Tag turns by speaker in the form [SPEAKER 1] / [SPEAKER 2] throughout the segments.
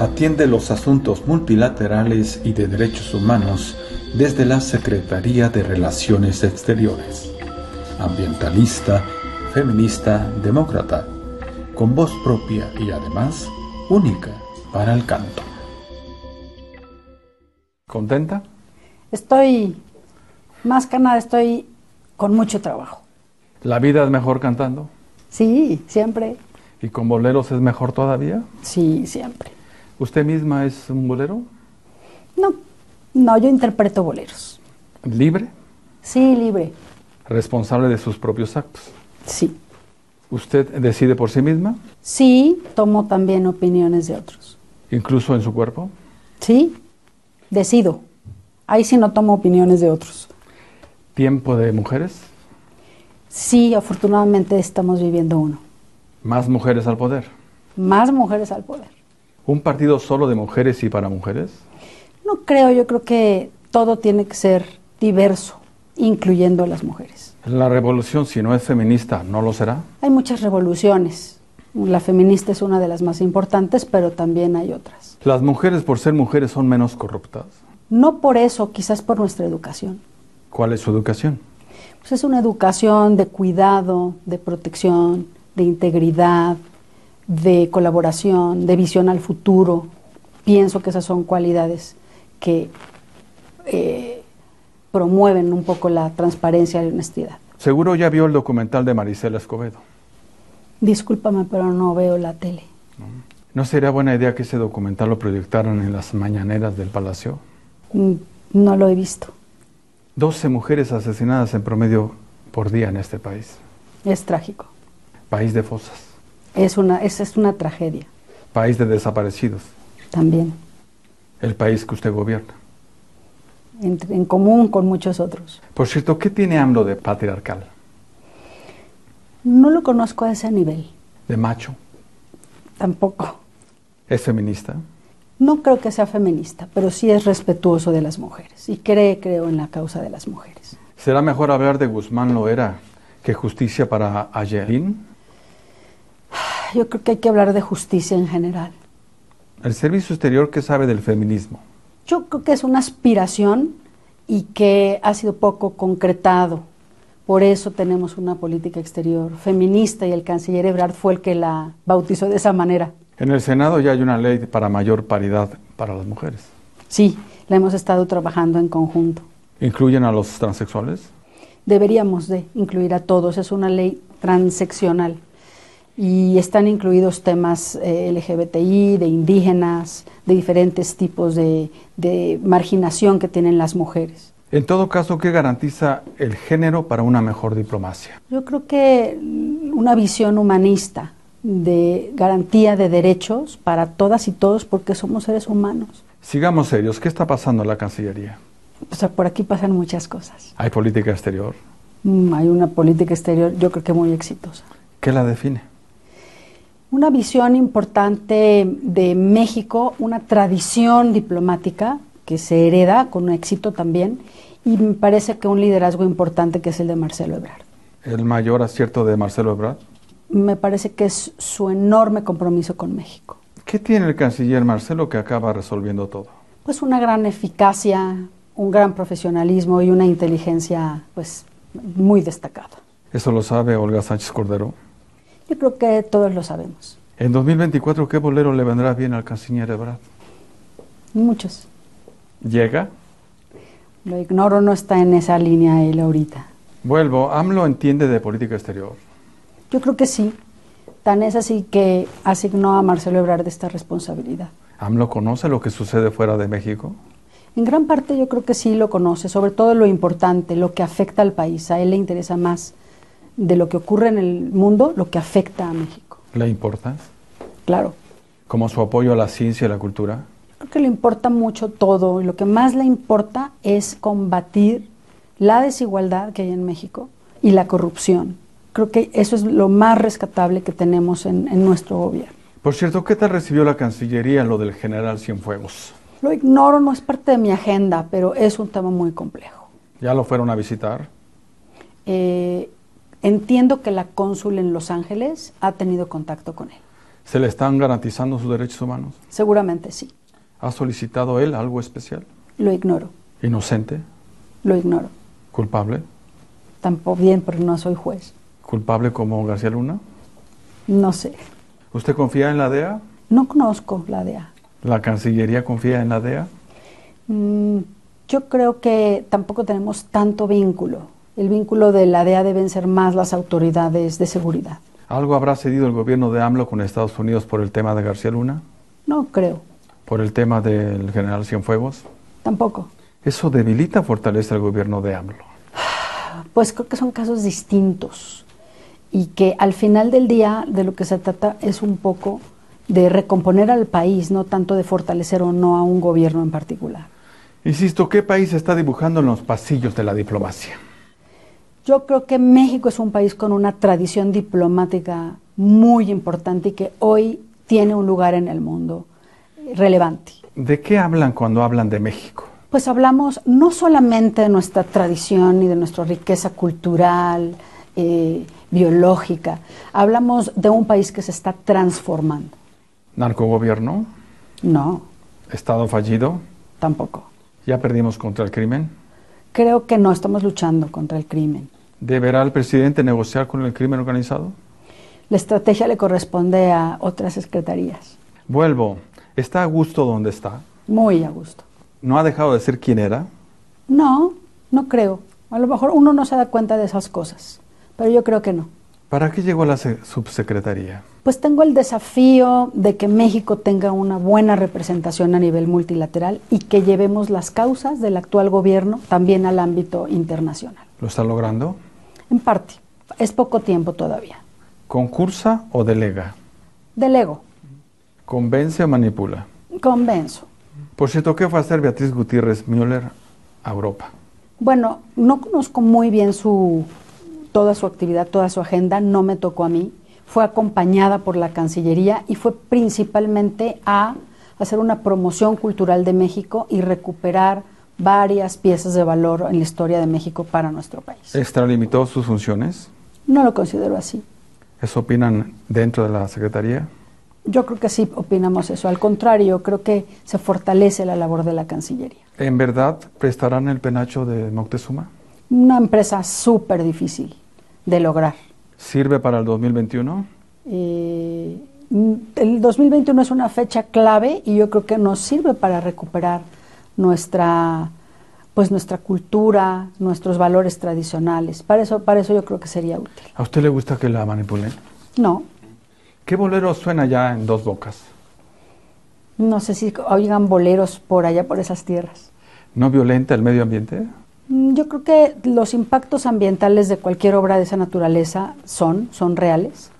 [SPEAKER 1] atiende los asuntos multilaterales y de derechos humanos desde la Secretaría de Relaciones Exteriores. Ambientalista, feminista, demócrata, con voz propia y además única para el canto. ¿Contenta?
[SPEAKER 2] Estoy, más que nada, estoy con mucho trabajo.
[SPEAKER 1] ¿La vida es mejor cantando?
[SPEAKER 2] Sí, siempre.
[SPEAKER 1] ¿Y con boleros es mejor todavía?
[SPEAKER 2] Sí, siempre.
[SPEAKER 1] ¿Usted misma es un bolero?
[SPEAKER 2] No, no, yo interpreto boleros.
[SPEAKER 1] ¿Libre?
[SPEAKER 2] Sí, libre.
[SPEAKER 1] ¿Responsable de sus propios actos?
[SPEAKER 2] Sí.
[SPEAKER 1] ¿Usted decide por sí misma?
[SPEAKER 2] Sí, tomo también opiniones de otros.
[SPEAKER 1] ¿Incluso en su cuerpo?
[SPEAKER 2] Sí, decido. Ahí sí no tomo opiniones de otros.
[SPEAKER 1] ¿Tiempo de mujeres?
[SPEAKER 2] Sí, afortunadamente estamos viviendo uno.
[SPEAKER 1] ¿Más mujeres al poder?
[SPEAKER 2] Más mujeres al poder.
[SPEAKER 1] ¿Un partido solo de mujeres y para mujeres?
[SPEAKER 2] No creo, yo creo que todo tiene que ser diverso, incluyendo a las mujeres.
[SPEAKER 1] ¿La revolución, si no es feminista, no lo será?
[SPEAKER 2] Hay muchas revoluciones. La feminista es una de las más importantes, pero también hay otras.
[SPEAKER 1] ¿Las mujeres, por ser mujeres, son menos corruptas?
[SPEAKER 2] No por eso, quizás por nuestra educación.
[SPEAKER 1] ¿Cuál es su educación?
[SPEAKER 2] Pues es una educación de cuidado, de protección, de integridad, de colaboración, de visión al futuro. Pienso que esas son cualidades que eh, promueven un poco la transparencia y la honestidad.
[SPEAKER 1] Seguro ya vio el documental de Marisela Escobedo.
[SPEAKER 2] Discúlpame, pero no veo la tele.
[SPEAKER 1] ¿No sería buena idea que ese documental lo proyectaran en las mañaneras del Palacio?
[SPEAKER 2] Mm, No lo he visto.
[SPEAKER 1] 12 mujeres asesinadas en promedio por día en este país.
[SPEAKER 2] Es trágico.
[SPEAKER 1] País de fosas,
[SPEAKER 2] Es una, es, es una tragedia
[SPEAKER 1] país de desaparecidos,
[SPEAKER 2] también,
[SPEAKER 1] el país que usted gobierna.
[SPEAKER 2] en, en común con muchos otros.
[SPEAKER 1] Por cierto, ¿qué tiene AMLO de patriarcal?
[SPEAKER 2] No lo conozco a ese nivel,
[SPEAKER 1] ¿De macho?
[SPEAKER 2] tampoco.
[SPEAKER 1] ¿Es feminista?
[SPEAKER 2] No creo que sea feminista, pero sí es respetuoso de las mujeres y cree, creo, en la causa de las mujeres.
[SPEAKER 1] ¿Será mejor hablar de Guzmán Loera que justicia para Ayelín?
[SPEAKER 2] Yo creo que hay que hablar de justicia en general.
[SPEAKER 1] El Servicio Exterior, ¿qué sabe del feminismo?
[SPEAKER 2] Yo creo que es una aspiración y que ha sido poco concretado. Por eso tenemos una política exterior feminista y el canciller Ebrard fue el que la bautizó de esa manera.
[SPEAKER 1] En el Senado ya hay una ley para mayor paridad para las mujeres.
[SPEAKER 2] Sí, la hemos estado trabajando en conjunto.
[SPEAKER 1] ¿Incluyen a los transexuales?
[SPEAKER 2] Deberíamos de incluir a todos, es una ley transeccional y están incluidos temas eh, LGBTI, de indígenas, de diferentes tipos de, de marginación que tienen las mujeres.
[SPEAKER 1] En todo caso, ¿qué garantiza el género para una mejor diplomacia?
[SPEAKER 2] Yo creo que una visión humanista de garantía de derechos para todas y todos porque somos seres humanos.
[SPEAKER 1] Sigamos serios, ¿qué está pasando en la Cancillería?
[SPEAKER 2] O sea, por aquí pasan muchas cosas.
[SPEAKER 1] ¿Hay política exterior?
[SPEAKER 2] Mm, Hay una política exterior, yo creo que muy exitosa.
[SPEAKER 1] ¿Qué la define?
[SPEAKER 2] Una visión importante de México, una tradición diplomática que se hereda con éxito también, y me parece que un liderazgo importante que es el de Marcelo Ebrard.
[SPEAKER 1] ¿El mayor acierto de Marcelo Ebrard?
[SPEAKER 2] Me parece que es su enorme compromiso con México.
[SPEAKER 1] ¿Qué tiene el canciller Marcelo que acaba resolviendo todo?
[SPEAKER 2] Pues una gran eficacia, un gran profesionalismo y una inteligencia pues muy destacada.
[SPEAKER 1] Eso lo sabe Olga Sánchez Cordero.
[SPEAKER 2] Yo creo que todos lo sabemos,
[SPEAKER 1] En 2024, ¿qué bolero le vendrá bien al canciller Ebrard?
[SPEAKER 2] muchos.
[SPEAKER 1] ¿Llega?
[SPEAKER 2] Lo ignoro, no está en esa línea él ahorita.
[SPEAKER 1] Vuelvo, AMLO entiende de política exterior.
[SPEAKER 2] Yo creo que sí. Tan es así que asignó a Marcelo Ebrard esta responsabilidad.
[SPEAKER 1] ¿AMLO conoce lo que sucede fuera de México?
[SPEAKER 2] En gran parte yo creo que sí lo conoce, sobre todo lo importante, lo que afecta al país. A él le interesa más de lo que ocurre en el mundo, lo que afecta a México.
[SPEAKER 1] ¿Le importa?
[SPEAKER 2] Claro,
[SPEAKER 1] ¿Como su apoyo a la ciencia y la cultura?
[SPEAKER 2] creo que le importa mucho todo y lo que más le importa es combatir la desigualdad que hay en México y la corrupción. Creo que eso es lo más rescatable que tenemos en, en nuestro gobierno.
[SPEAKER 1] Por cierto, ¿qué tal recibió la Cancillería lo del general Cienfuegos?
[SPEAKER 2] Lo ignoro, no es parte de mi agenda, pero es un tema muy complejo.
[SPEAKER 1] ¿Ya lo fueron a visitar?
[SPEAKER 2] Eh, entiendo que la cónsul en Los Ángeles ha tenido contacto con él.
[SPEAKER 1] ¿Se le están garantizando sus derechos humanos?
[SPEAKER 2] Seguramente sí.
[SPEAKER 1] ¿Ha solicitado él algo especial?
[SPEAKER 2] Lo ignoro,
[SPEAKER 1] ¿Inocente?
[SPEAKER 2] lo ignoro.
[SPEAKER 1] ¿Culpable?
[SPEAKER 2] Tampoco bien porque no soy juez.
[SPEAKER 1] ¿Culpable como García Luna?
[SPEAKER 2] No sé.
[SPEAKER 1] ¿Usted confía en la DEA?
[SPEAKER 2] No conozco la DEA.
[SPEAKER 1] ¿La Cancillería confía en la DEA?
[SPEAKER 2] Mm, yo creo que tampoco tenemos tanto vínculo. El vínculo de la DEA deben ser más las autoridades de seguridad.
[SPEAKER 1] ¿Algo habrá cedido el gobierno de AMLO con Estados Unidos por el tema de García Luna?
[SPEAKER 2] No creo,
[SPEAKER 1] ¿Por el tema del general Cienfuegos?
[SPEAKER 2] tampoco.
[SPEAKER 1] Eso debilita, fortalece al gobierno de AMLO.
[SPEAKER 2] Pues creo que son casos distintos y que al final del día de lo que se trata es un poco de recomponer al país, no tanto de fortalecer o no a un gobierno en particular.
[SPEAKER 1] Insisto, ¿qué país está dibujando en los pasillos de la diplomacia?
[SPEAKER 2] Yo creo que México es un país con una tradición diplomática muy importante y que hoy tiene un lugar en el mundo eh, relevante.
[SPEAKER 1] ¿De qué hablan cuando hablan de México?
[SPEAKER 2] Pues hablamos no solamente de nuestra tradición y de nuestra riqueza cultural, eh, biológica, hablamos de un país que se está transformando.
[SPEAKER 1] ¿Narcogobierno?
[SPEAKER 2] No,
[SPEAKER 1] ¿Estado fallido?
[SPEAKER 2] tampoco.
[SPEAKER 1] ¿Ya perdimos contra el crimen?
[SPEAKER 2] Creo que no estamos luchando contra el crimen.
[SPEAKER 1] ¿Deberá el presidente negociar con el crimen organizado?
[SPEAKER 2] La estrategia le corresponde a otras secretarías.
[SPEAKER 1] Vuelvo. ¿Está a gusto donde está?
[SPEAKER 2] Muy a gusto.
[SPEAKER 1] ¿No ha dejado de ser quien era?
[SPEAKER 2] No, no creo. A lo mejor uno no se da cuenta de esas cosas, pero yo creo que no.
[SPEAKER 1] ¿Para qué llegó a la se- subsecretaría?
[SPEAKER 2] Pues tengo el desafío de que México tenga una buena representación a nivel multilateral y que llevemos las causas del actual gobierno también al ámbito internacional.
[SPEAKER 1] ¿Lo está logrando?
[SPEAKER 2] En parte, es poco tiempo todavía.
[SPEAKER 1] ¿Concursa o delega?
[SPEAKER 2] Delego,
[SPEAKER 1] ¿Convence o manipula?
[SPEAKER 2] convenzo.
[SPEAKER 1] Por cierto, ¿qué fue a hacer Beatriz Gutiérrez Müller a Europa?
[SPEAKER 2] Bueno, no conozco muy bien su toda su actividad, toda su agenda, no me tocó a mí. Fue acompañada por la Cancillería y fue principalmente a hacer una promoción cultural de México y recuperar varias piezas de valor en la historia de México para nuestro país.
[SPEAKER 1] ¿Extralimitó sus funciones?
[SPEAKER 2] No lo considero así.
[SPEAKER 1] ¿Eso opinan dentro de la Secretaría?
[SPEAKER 2] Yo creo que sí opinamos eso. Al contrario, creo que se fortalece la labor de la Cancillería.
[SPEAKER 1] ¿En verdad prestarán el penacho de Moctezuma?
[SPEAKER 2] Una empresa súper difícil de lograr.
[SPEAKER 1] ¿Sirve para el 2021?
[SPEAKER 2] Eh, mm, el 2021 es una fecha clave y yo creo que nos sirve para recuperar nuestra pues nuestra cultura, nuestros valores tradicionales. Para eso, para eso yo creo que sería útil.
[SPEAKER 1] ¿A usted le gusta que la manipulen?
[SPEAKER 2] No,
[SPEAKER 1] ¿Qué bolero suena ya en dos bocas?
[SPEAKER 2] no sé si oigan boleros por allá, por esas tierras.
[SPEAKER 1] ¿No violenta el medio ambiente?
[SPEAKER 2] Mm, Yo creo que los impactos ambientales de cualquier obra de esa naturaleza son, son reales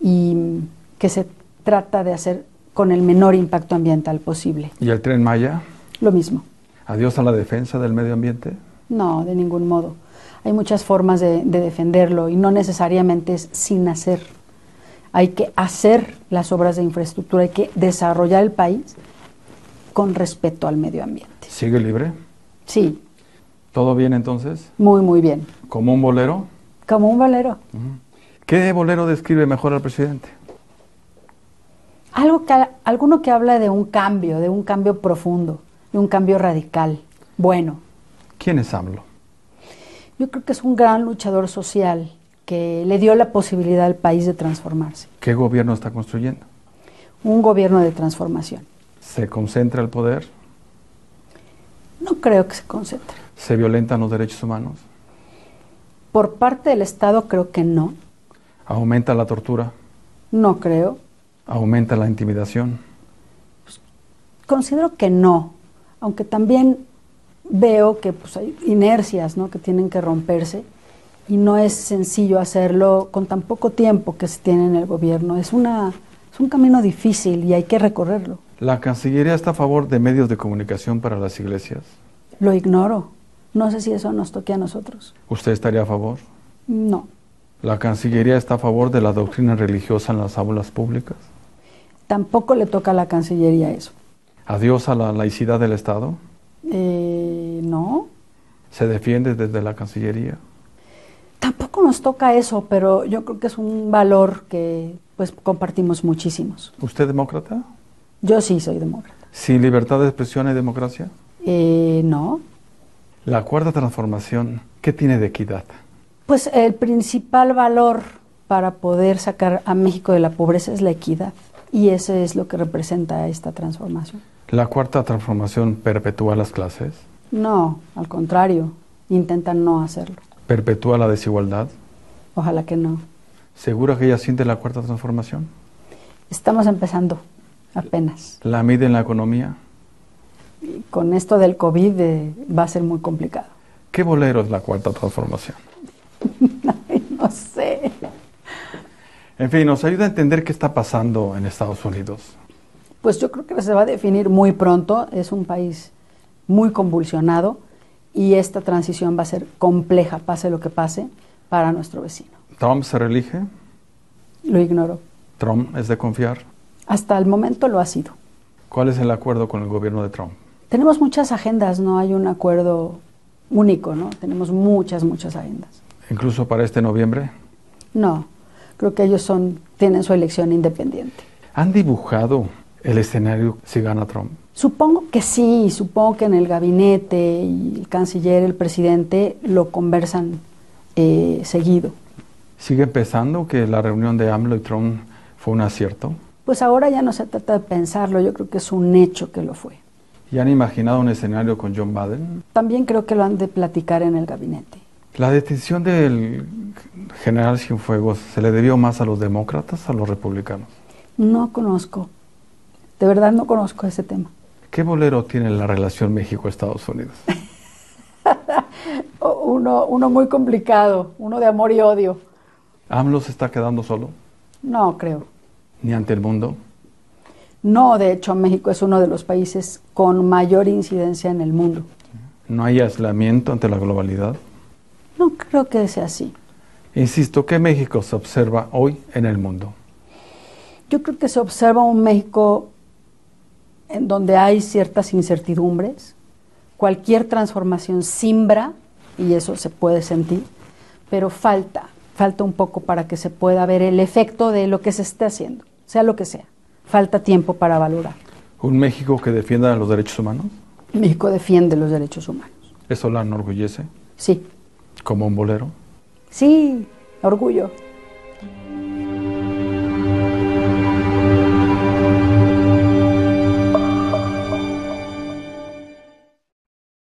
[SPEAKER 2] y mm, que se trata de hacer con el menor impacto ambiental posible.
[SPEAKER 1] ¿Y el tren Maya?
[SPEAKER 2] Lo mismo.
[SPEAKER 1] ¿Adiós a la defensa del medio ambiente?
[SPEAKER 2] No, de ningún modo. Hay muchas formas de, de defenderlo y no necesariamente es sin hacer. Hay que hacer las obras de infraestructura, hay que desarrollar el país con respeto al medio ambiente.
[SPEAKER 1] ¿Sigue libre?
[SPEAKER 2] Sí,
[SPEAKER 1] ¿Todo bien entonces?
[SPEAKER 2] muy, muy bien.
[SPEAKER 1] ¿Como un bolero?
[SPEAKER 2] Como un valero.
[SPEAKER 1] Ujú. ¿Qué bolero describe mejor al presidente?
[SPEAKER 2] Algo que, alguno que habla de un cambio, de un cambio profundo, de un cambio radical. Bueno,
[SPEAKER 1] ¿Quién es AMLO?
[SPEAKER 2] yo creo que es un gran luchador social que le dio la posibilidad al país de transformarse.
[SPEAKER 1] ¿Qué gobierno está construyendo?
[SPEAKER 2] Un gobierno de transformación.
[SPEAKER 1] ¿Se concentra el poder?
[SPEAKER 2] No creo que se concentre.
[SPEAKER 1] ¿Se violentan los derechos humanos?
[SPEAKER 2] Por parte del Estado creo que no,
[SPEAKER 1] ¿Aumenta la tortura?
[SPEAKER 2] no creo.
[SPEAKER 1] ¿Aumenta la intimidación?
[SPEAKER 2] Considero que no, aunque también veo que pues, hay inercias ¿no? que tienen que romperse y no es sencillo hacerlo con tan poco tiempo que se tiene en el gobierno. Es, una, es un camino difícil y hay que recorrerlo.
[SPEAKER 1] ¿La Cancillería está a favor de medios de comunicación para las iglesias?
[SPEAKER 2] Lo ignoro. No sé si eso nos toque a nosotros.
[SPEAKER 1] ¿Usted estaría a favor?
[SPEAKER 2] No.
[SPEAKER 1] ¿La Cancillería está a favor de la doctrina religiosa en las aulas públicas?
[SPEAKER 2] Tampoco le toca a la Cancillería eso.
[SPEAKER 1] ¿Adiós a la laicidad del Estado?
[SPEAKER 2] Eh, no.
[SPEAKER 1] ¿Se defiende desde la Cancillería?
[SPEAKER 2] Tampoco nos toca eso, pero yo creo que es un valor que pues compartimos muchísimos.
[SPEAKER 1] ¿Usted demócrata?
[SPEAKER 2] Yo sí soy demócrata.
[SPEAKER 1] ¿Sin libertad de expresión hay democracia?
[SPEAKER 2] Eh, no.
[SPEAKER 1] La cuarta transformación, ¿qué tiene de equidad?
[SPEAKER 2] Pues el principal valor para poder sacar a México de la pobreza es la equidad. Y eso es lo que representa esta transformación.
[SPEAKER 1] ¿La cuarta transformación perpetúa las clases?
[SPEAKER 2] No, al contrario, intentan no hacerlo.
[SPEAKER 1] ¿Perpetúa la desigualdad?
[SPEAKER 2] Ojalá que no.
[SPEAKER 1] ¿Segura que ella siente la cuarta transformación?
[SPEAKER 2] Estamos empezando, apenas.
[SPEAKER 1] ¿La mide en la economía?
[SPEAKER 2] Y con esto del COVID eh, va a ser muy complicado.
[SPEAKER 1] ¿Qué bolero es la cuarta transformación?
[SPEAKER 2] Ay, no sé.
[SPEAKER 1] En fin, nos ayuda a entender qué está pasando en Estados Unidos.
[SPEAKER 2] Pues yo creo que se va a definir muy pronto. Es un país muy convulsionado y esta transición va a ser compleja, pase lo que pase, para nuestro vecino.
[SPEAKER 1] ¿Trump se reelige?
[SPEAKER 2] Lo ignoro.
[SPEAKER 1] ¿Trump es de confiar?
[SPEAKER 2] Hasta el momento lo ha sido.
[SPEAKER 1] ¿Cuál es el acuerdo con el gobierno de Trump?
[SPEAKER 2] Tenemos muchas agendas, no hay un acuerdo único, ¿no? Tenemos muchas, muchas agendas.
[SPEAKER 1] ¿Incluso para este noviembre?
[SPEAKER 2] No, creo que ellos son, tienen su elección independiente.
[SPEAKER 1] ¿Han dibujado el escenario si gana Trump?
[SPEAKER 2] Supongo que sí, supongo que en el gabinete y el canciller, el presidente lo conversan eh, seguido.
[SPEAKER 1] ¿Sigue pensando que la reunión de AMLO y Trump fue un acierto?
[SPEAKER 2] Pues ahora ya no se trata de pensarlo, yo creo que es un hecho que lo fue.
[SPEAKER 1] ¿Y han imaginado un escenario con John Biden?
[SPEAKER 2] También creo que lo han de platicar en el gabinete.
[SPEAKER 1] ¿La detención del general Cienfuegos se le debió más a los demócratas, a los republicanos?
[SPEAKER 2] No conozco, de verdad no conozco ese tema.
[SPEAKER 1] ¿Qué bolero tiene la relación México-Estados Unidos?
[SPEAKER 2] uno, uno muy complicado, uno de amor y odio.
[SPEAKER 1] ¿AMLO se está quedando solo?
[SPEAKER 2] No creo.
[SPEAKER 1] ¿Ni ante el mundo?
[SPEAKER 2] No, de hecho México es uno de los países con mayor incidencia en el mundo.
[SPEAKER 1] ¿No hay aislamiento ante la globalidad?
[SPEAKER 2] No creo que sea así.
[SPEAKER 1] Insisto, ¿qué México se observa hoy en el mundo?
[SPEAKER 2] Yo creo que se observa un México en donde hay ciertas incertidumbres. Cualquier transformación simbra, y eso se puede sentir, pero falta, falta un poco para que se pueda ver el efecto de lo que se esté haciendo, sea lo que sea. Falta tiempo para valorar.
[SPEAKER 1] ¿Un México que defienda los derechos humanos?
[SPEAKER 2] México defiende los derechos humanos.
[SPEAKER 1] ¿Eso la enorgullece?
[SPEAKER 2] Sí,
[SPEAKER 1] ¿Como un bolero?
[SPEAKER 2] sí, orgullo.